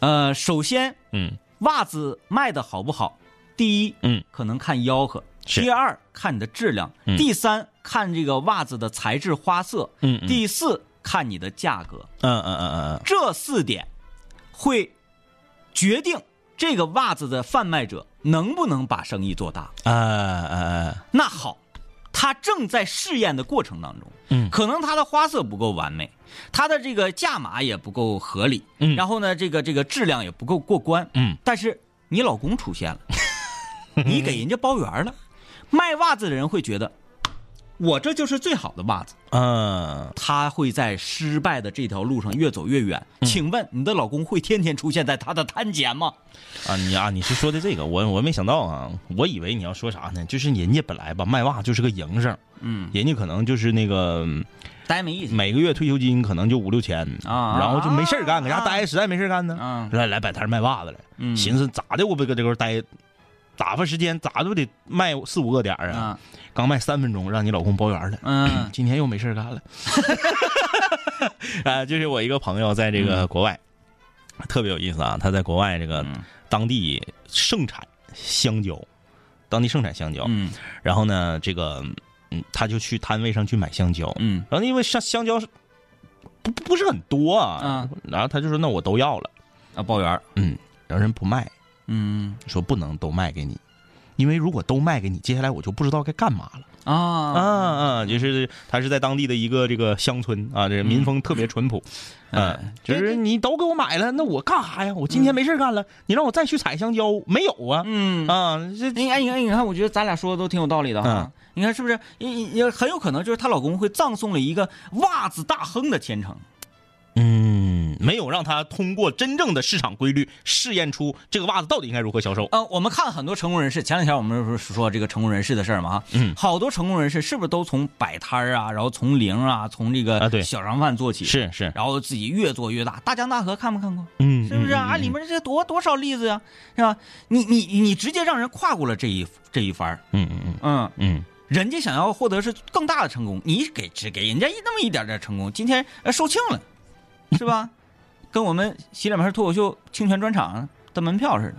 S2: 呃，首先，
S1: 嗯，
S2: 袜子卖的好不好，第一，
S1: 嗯，
S2: 可能看吆喝；
S1: 是
S2: 第二，看你的质量；
S1: 嗯
S2: 第三，看这个袜子的材质、花色；
S1: 嗯嗯
S2: 第四，看你的价格。
S1: 嗯嗯嗯嗯
S2: 这四点会决定这个袜子的贩卖者能不能把生意做大。
S1: 嗯，啊啊啊，
S2: 那好，他正在试验的过程当中，
S1: 嗯
S2: 可能它的花色不够完美，它的这个价码也不够合理，
S1: 嗯
S2: 然后呢，这个这个质量也不够过关，
S1: 嗯，
S2: 但是你老公出现了， 你给人家包圆了，卖袜子的人会觉得。我这就是最好的袜子，
S1: 嗯，
S2: 他会在失败的这条路上越走越远。
S1: 嗯
S2: 请问你的老公会天天出现在他的摊前吗？
S1: 啊，你啊，你是说的这个，我我没想到啊，我以为你要说啥呢？就是人家本来吧，卖袜就是个营生，
S2: 嗯，
S1: 人家可能就是那个嗯
S2: 呆没意思。
S1: 每个月退休金可能就五六千
S2: 啊
S1: 然后就没事儿干，搁家
S2: 啊
S1: 待着实在没事儿干呢，
S2: 啊
S1: 来来摆摊儿卖袜子来，
S2: 嗯
S1: 寻思咋的，我不搁这块儿待，打发时间咋都得卖四五个点儿啊
S2: 啊，
S1: 刚卖三分钟，让你老公包圆了，
S2: 嗯
S1: 今天又没事儿干了， 啊，就是我一个朋友在这
S2: 嗯
S1: 个国外，特别有意思啊，他在国外这个当地盛产香蕉，当地盛产香蕉，
S2: 嗯
S1: 然后呢，这个嗯，他就去摊位上去买香蕉，
S2: 嗯
S1: 然后因为香香蕉是不不不是很多啊，
S2: 嗯
S1: 然后他就说那我都要了，
S2: 啊，包圆儿。
S1: 嗯，然后人不卖，
S2: 嗯
S1: 说不能都卖给你，因为如果都卖给你，接下来我就不知道该干嘛了。啊
S2: 啊，
S1: 啊，就是他是在当地的一个这个乡村啊，这民风特别淳朴，嗯，就是你都给我买了，那我干啥呀？我今天没事干了，你让我再去采香蕉，没有啊？
S2: 嗯
S1: 啊，这
S2: 哎哎你看，你看，我觉得咱俩说的都挺有道理的哈
S1: 嗯。
S2: 你看是不是？也也也很有可能就是她老公会葬送了一个袜子大亨的前程。
S1: 嗯，没有让他通过真正的市场规律试验出这个袜子到底应该如何销售。
S2: 呃，我们看很多成功人士，前两天我们不是说这个成功人士的事儿嘛哈，
S1: 嗯
S2: 好多成功人士是不是都从摆摊儿啊，然后从零啊，从这
S1: 啊
S2: 个
S1: 对
S2: 小商贩做起，
S1: 是是，
S2: 然后自己越做越大。大江大河看没看过？
S1: 嗯，
S2: 是不
S1: 嗯
S2: 是啊？啊里面这多多少例子呀、是吧？你你你直接让人跨过了这一这一番儿
S1: 嗯嗯嗯
S2: 嗯，
S1: 嗯
S2: 人家想要获得是更大的成功，你给只给人家一那么一点点成功，今天呃售罄 了，是吧？跟我们洗脸盆脱口秀清泉专场的门票似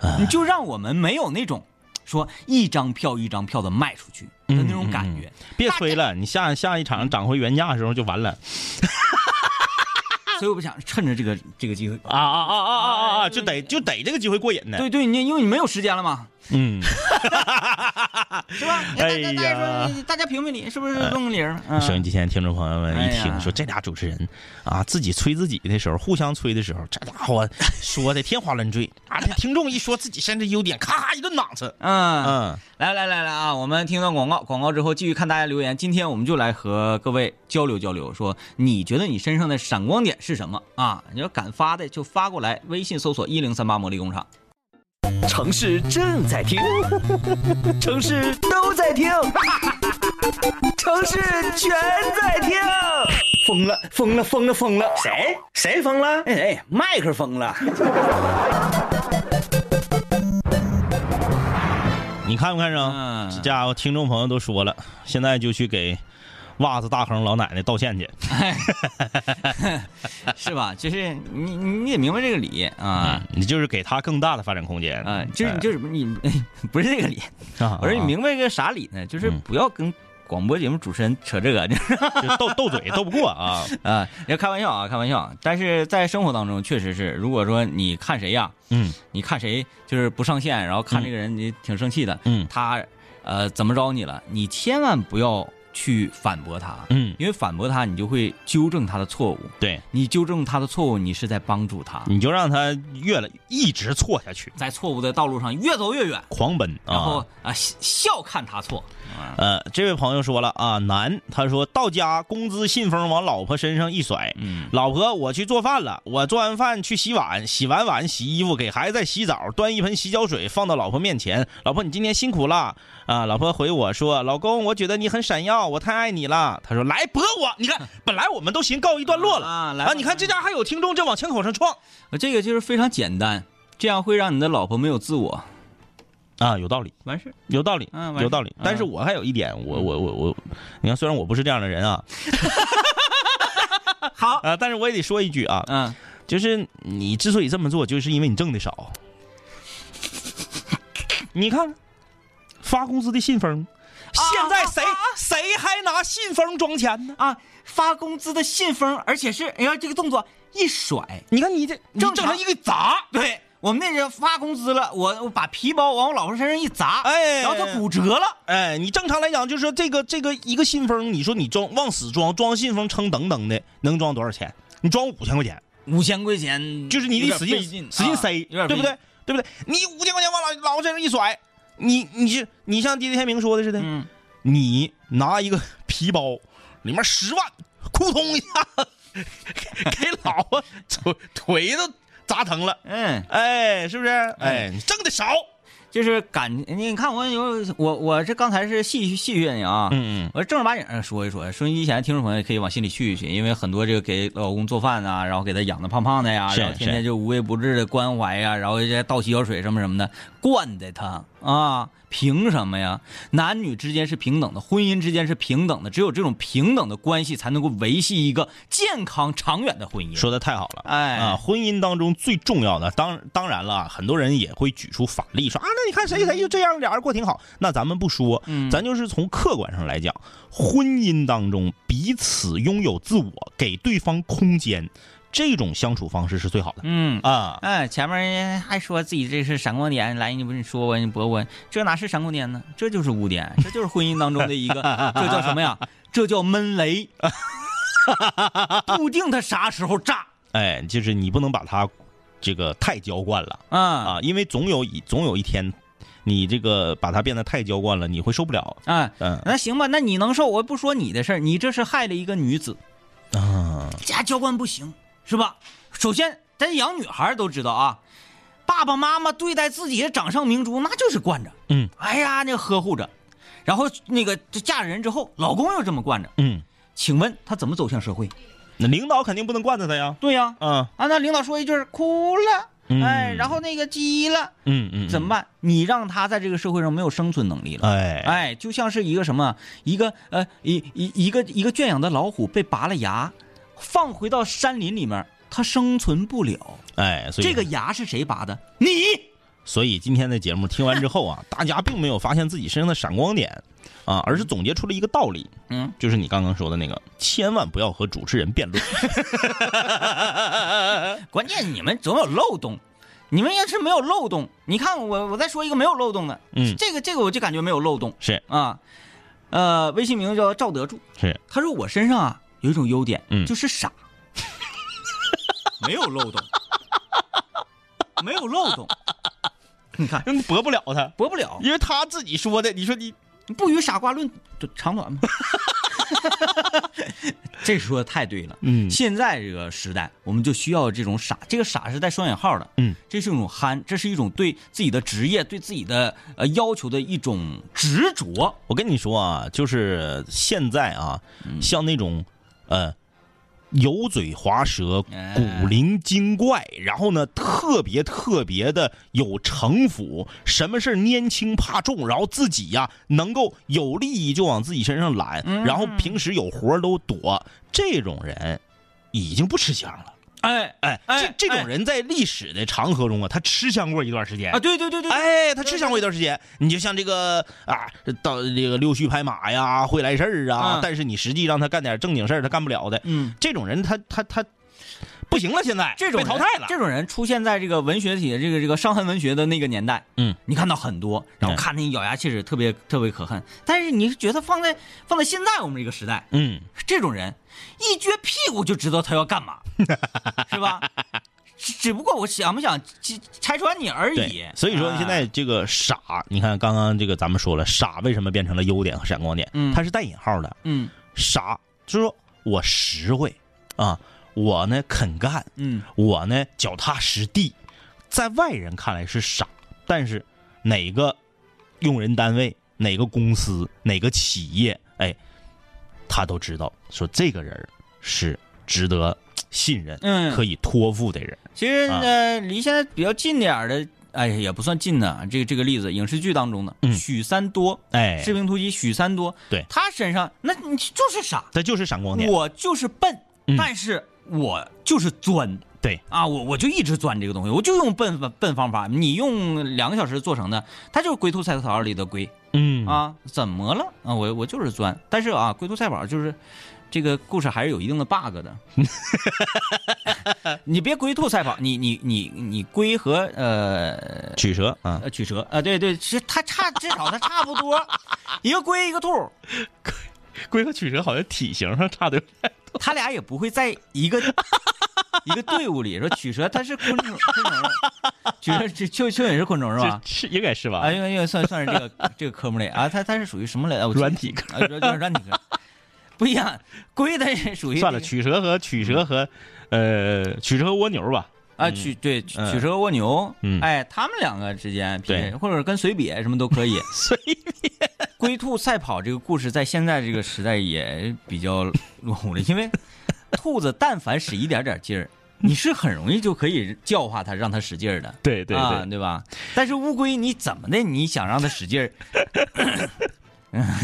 S1: 哎
S2: 的，你就让我们没有那种说一张票一张票的卖出去的那种感觉。
S1: 嗯，别吹了，你下下一场涨回原价的时候就完了嗯
S2: 所以我不想趁着这个这个机会，
S1: 啊啊啊啊啊啊啊！就得就得这个机会过瘾呢。
S2: 对对，你因为你没有时间了嘛，
S1: 嗯，
S2: 是吧？
S1: 哎
S2: 大家大家
S1: 呀哎
S2: 说，大家评评理，是不是弄个理儿？嗯
S1: 收音机前的听众朋友们一
S2: 哎呀
S1: 听说这俩主持人啊，自己吹自己的时候，互相吹的时候，这家 伙说的天花乱坠啊！这听众一说自己身上的优点，咔一顿攮刺。
S2: 嗯
S1: 嗯，
S2: 来来来来啊！我们听段广告，广告之后继续看大家留言。今天我们就来和各位交流交流，说你觉得你身上的闪光点是什么啊？你要敢发的就发过来，微信搜索一零三八魔力工厂。
S3: 城市正在听，城市都在听，城市全在听。疯了，疯了，疯了，疯了！谁？谁疯了？哎哎，麦克疯了。
S1: 你看没看着？
S2: 嗯
S1: 这家伙听众朋友都说了，现在就去给袜子大亨老奶奶道歉去。
S2: 是吧？就是你你你也明白这个理啊
S1: 嗯，你就是给他更大的发展空间。
S3: 嗯
S2: 啊，就是你就是你不是这个理，
S1: 啊，
S2: 我说你
S1: 白，
S2: 明白个啥理呢？就是
S1: 嗯
S2: 不要跟广播节目主持人扯这个， 就是
S1: 就斗斗嘴斗不过啊。
S2: 啊，要开玩笑啊，开玩笑。但是在生活当中，确实是，如果说你看谁呀、
S1: 嗯
S2: 你看谁就是不上线，然后看这个人你挺生气的，
S1: 嗯
S2: 他呃怎么着你了，你千万不要去反驳他，
S1: 嗯，
S2: 因为反驳他你就会纠正他的错误，
S1: 对，
S2: 你纠正他的错误，你是在帮助他，
S1: 你就让他越来一直错下去，
S2: 在错误的道路上越走越远，
S1: 狂奔啊。
S2: 然后啊笑笑看他错，
S1: 呃，这位朋友说了啊，男，他说到家工资信封往老婆身上一甩，
S2: 嗯
S1: 老婆，我去做饭了，我做完饭去洗碗，洗完碗洗衣服，给孩子再洗澡，端一盆洗脚水放到老婆面前，老婆你今天辛苦了啊！老婆回我说，老公，我觉得你很闪耀，我太爱你了。他说来驳我，你看本来我们都行告一段落了
S2: 啊来吧
S1: 啊，你看这家还有听众这往枪口上撞
S2: 这个就是非常简单，这样会让你的老婆没有自我，
S1: 啊，有道理。
S2: 完事儿
S1: 有道理，
S2: 嗯完事
S1: 有道理
S2: 嗯。
S1: 但是我还有一点，我我我我，你看，虽然我不是这样的人啊，
S2: 好，
S1: 啊，但是我也得说一句啊，
S2: 嗯，
S1: 就是你之所以这么做，就是因为你挣的 少。你看，发工资的信封，
S2: 啊
S1: 现在谁、谁还拿信封装钱呢？
S2: 啊，发工资的信封，而且是哎呀这个动作一甩。
S1: 你看你这你
S2: 正
S1: 正
S2: 常
S1: 常一个砸，
S2: 对我们那人发工资了，我我把皮包往我老婆身上一砸，
S1: 哎
S2: 然后她骨折了，
S1: 哎，你正常来讲就是说这个这个一个信封，你说你装往死装装信封称等等的，能装多少钱？你装五千块钱，
S2: 五千块钱，
S1: 就是你得使劲啊使劲塞，
S2: 啊有点
S1: 对不对？？对不对？你五千块钱往老老婆身上一甩，你你是你像地天明说的似的，
S2: 嗯，
S1: 你拿一个皮包，里面十万，扑通一下给老婆腿腿都砸疼了，
S2: 嗯，
S1: 哎，是不是？哎，你挣的少，
S2: 就是感，你看我有我我这刚才是戏戏谑你啊，
S1: 嗯
S2: 我正儿八经儿说一说，收音机前的听众朋友也可以往心里去一去，因为很多这个给老公做饭啊，然后给他养的胖胖的呀，
S1: 是
S2: 然后天天
S1: 是
S2: 就无微不至的关怀呀，然后这倒洗脚水什么什么的，惯的他啊，凭什么呀？男女之间是平等的，婚姻之间是平等的，只有这种平等的关系才能够维系一个健康长远的婚姻。
S1: 说的太好了，
S2: 哎
S1: 啊，婚姻当中最重要的，当当然了，很多人也会举出反例说啊，那你看谁谁就这样，俩人过挺好。那咱们不说，
S2: 嗯
S1: 咱就是从客观上来讲，婚姻当中彼此拥有自我，给对方空间，这种相处方式是最好的。
S2: 嗯
S1: 啊，
S2: 哎，前面人还说自己这是闪光点，来你不是说我你驳我，这哪是闪光点呢？这就是污点，这就是婚姻当中的一个，这叫什么呀？这叫 闷雷，不定它啥时候炸。
S1: 哎，就是你不能把它这个太娇惯了
S2: 啊啊
S1: 啊，因为总有一总有一天，你这个把它变得太娇惯了，你会受不了。
S2: 啊！
S1: 嗯
S2: 那行吧，那你能受，我不说你的事儿，你这是害了一个女子，
S1: 啊，
S2: 家教官不行是吧？首先，咱养女孩儿都知道啊，爸爸妈妈对待自己的掌上明珠那就是惯着，
S1: 嗯，
S2: 哎呀，那呵护着，然后那个这嫁人之后，老公又这么惯着，
S1: 嗯，
S2: 请问她怎么走向社会？
S1: 那领导肯定不能惯着他呀。
S2: 对呀、啊，
S1: 啊，
S2: 那领导说一句哭了，
S1: 嗯
S2: 哎，然后那个急了，
S1: 嗯嗯，
S2: 怎么办？你让她在这个社会上没有生存能力了。
S1: 哎
S2: 哎，就像是一个什么，一个呃，一一一个一个圈养的老虎被拔了牙，放回到山林里面，它生存不了。
S1: 哎，所以
S2: 这个牙是谁拔的？你
S1: 所以今天的节目听完之后 啊，大家并没有发现自己身上的闪光点啊，而是总结出了一个道理，
S2: 嗯，
S1: 就是你刚刚说的那个，千万不要和主持人辩 论。
S2: 关键你们总有漏洞，你们要是没有漏洞，你看我我再说一个没有漏洞的，
S1: 嗯
S2: 这个这个我就感觉没有漏洞
S1: 是
S2: 啊，呃，微信名叫赵德柱，
S1: 是，
S2: 他说我身上啊有一种优点，
S1: 嗯
S2: 就 是傻，没有漏洞，没有漏洞。你看，
S1: 你驳不了他，
S2: 驳不了，
S1: 因为他自己说的。你说你
S2: 不与傻瓜论长 短嘛。 这说的太对了，
S1: 嗯
S2: 现在这个时代，我们就需要这种傻，这个傻是带双引号的，
S1: 嗯，
S2: 这是一种憨，这是一种对自己的职业、对自己的呃要求的一种执着，
S1: 我跟你说啊，就是现在啊，像那种呃油嘴滑舌、
S2: 哎
S1: 古灵精怪，然后呢特别特别的有城府，什么事儿拈轻怕重，然后自己呀、能够有利益就往自己身上揽，然后平时有活儿都躲，这种人已经不吃香了。
S2: 哎
S1: 哎，这这种人在历史的长河中啊，他吃香过一段时间
S2: 啊，对对 对对，
S1: 哎，他吃香过一段时间。你就像这个啊，到这个溜须拍马呀，会来事儿啊
S2: 嗯，
S1: 但是你实际让他干点正经事儿，他干不了的。
S2: 嗯，
S1: 这种人他他他不行了，现在
S2: 这种
S1: 被
S2: 人
S1: 淘汰了。
S2: 这种人出现在这个文学体的这个这个伤痕文学的那个年代，
S1: 嗯，
S2: 你看到很多，然后
S1: 嗯
S2: 看那咬牙切齿，特别特别可恨。但是你是觉得放在放在现在我们这个时代，
S1: 嗯，
S2: 这种人一撅屁股就知道他要干 嘛，是吧？只只不过我想不想拆拆穿你而已
S1: 对。。所以说
S2: 啊
S1: 现在这个傻，你看刚刚这个咱们说了，傻为什么变成了优点和闪光点？
S2: 嗯
S1: 它是带引号的。
S2: 嗯
S1: 傻就是说我实惠啊，我呢肯干，
S2: 嗯
S1: 我呢脚踏实地，在外人看来是傻，但是哪个用人单位、哪个公司、哪个企业，哎，他都知道说这个人儿是值得信任、
S2: 嗯
S1: 可以托付的人。
S2: 其实
S1: 啊
S2: 呃，离现在比较近点儿的，哎呀，也不算近呢。这个这个例子，影视剧当中的、
S1: 嗯
S2: 许三多，
S1: 哎，
S2: 士兵突击许三多，
S1: 对
S2: 他身上那你就是傻，
S1: 这就是闪光点。
S2: 我就是笨，
S1: 嗯
S2: 但是我就是钻。
S1: 对
S2: 啊，我我就一直钻这个东西，我就用笨法笨方法。你用两个小时做成的，它就是龟兔赛跑里的龟
S1: 嗯，
S2: 啊，怎么了啊？我我就是钻，但是啊，龟兔赛跑就是这个故事还是有一定的 bug 的。你别龟兔赛跑，你你你你龟和呃
S1: 曲蛇啊，
S2: 呃曲蛇啊，对对，其实它差至少它差不多，一个龟一个兔，
S1: 龟和曲蛇好像体型上差的。
S2: 他俩也不会在一个一个队伍里说曲蛇，它是昆虫，昆虫，曲蛇这蚯蚯蚓是昆虫是吧？
S1: 是应该是吧哎
S2: 啊，因为因为算算是这个这个科目类啊，它它是属于什么类啊？我记
S1: 软体科
S2: 啊，软软软体科，不一样，龟它是属于
S1: 算了，
S2: 这个
S1: 曲蛇和曲蛇和呃曲蛇和蜗牛吧。
S2: 啊，曲对曲
S1: 嗯
S2: 曲蛇蜗牛，
S1: 嗯
S2: 哎，他们两个之间匹配，
S1: 对
S2: 或者跟随笔什么都 可以。随笔龟兔赛跑这个故事在现在这个时代也比较落伍了，因为兔子但凡使一点点劲儿，你是很容易就可以教化它，让它使劲儿的。
S1: 对
S2: 啊啊，对吧？但是乌龟你怎么的，你想让它使劲儿，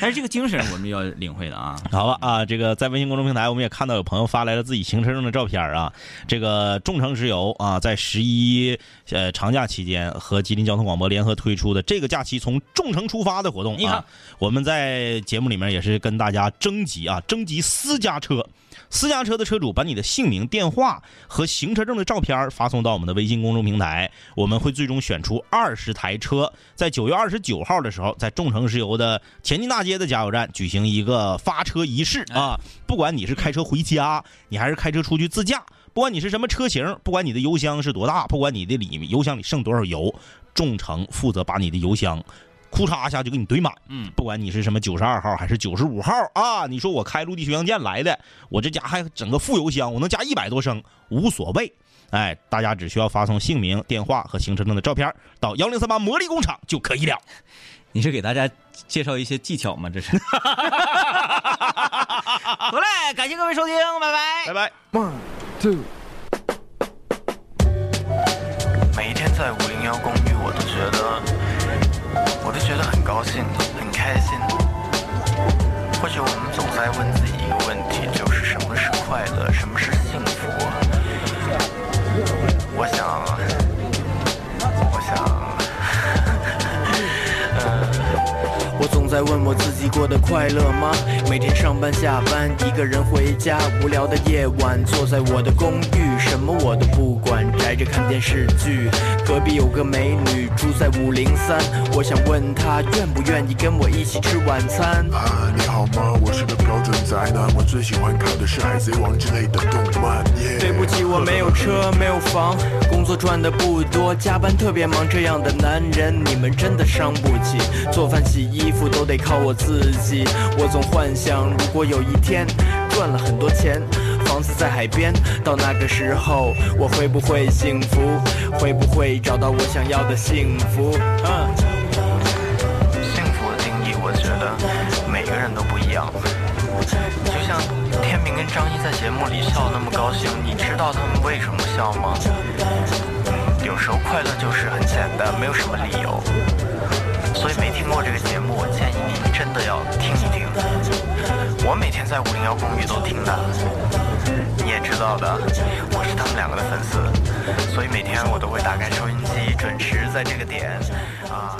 S2: 但是这个精神我们要领会的啊。
S1: 好吧啊，这个在微信公众平台，我们也看到有朋友发来了自己行车证的照片啊。这个众诚石油啊，在十一呃长假期间和吉林交通广播联合推出的这个假期从众诚出发的活动，
S2: 你看
S1: 啊，我们在节目里面也是跟大家征集啊，征集私家车。私家车的车主把你的姓名、电话和行车证的照片发送到我们的微信公众平台，我们会最终选出二十台车，在九月二十九号的时候，在众诚石油的前进大街的加油站举行一个发车仪式啊！不管你是开车回家，你还是开车出去自驾，不管你是什么车型，不管你的油箱是多大，不管你的里油箱里剩多少油，众诚负责把你的油箱。库嚓一下就给你堆满，
S2: 嗯，
S1: 不管你是什么九十二号还是九十五号啊，你说我开陆地巡洋舰来的，我这家还整个副油箱，我能加一百多升，无所谓。哎，大家只需要发送姓名、电话和行车证的照片到幺零三八魔力工厂就可以了。
S2: 你是给大家介绍一些技巧吗？这是。好嘞，感谢各位收听，拜拜。
S1: 拜拜。
S5: 每一天在五零幺公寓，我都觉得，我都觉得很高兴，很开心。或许我们总在问自己一个问题，就是什么是快乐，什么是幸福？我想，我 想。
S6: 呃我总在问我自己过得快乐吗？每天上班下班，一个人回家，无聊的夜晚，坐在我的公寓，什么我都不管，宅着看电视剧。隔壁有个美女住在五零三，我想问她愿不愿意跟我一起吃晚餐。
S7: 啊，你好吗？我是个标准宅男，我最喜欢看的是《海贼王》之类的动漫。耶
S6: 对不起，我没有车，没有房，工作赚的不多，加班特别忙。这样的男人，你们真的伤不起。做饭、洗衣服都得靠我自己。我总幻想，如果有一天赚了很多钱，房子在海边，到那个时候，我会不会幸福？会不会找到我想要的幸福？嗯。
S5: 幸福的定义，我觉得每个人都不一样。就像天明跟张一在节目里笑得那么高兴，你知道他们为什么笑吗？嗯，有时候快乐就是很简单，没有什么理由。所以没听过这个节目，我建议你真的要听一听。我每天在五零幺公寓都听的，你也知道的，我是他们两个的粉丝，所以每天我都会打开收音机，准时在这个点啊。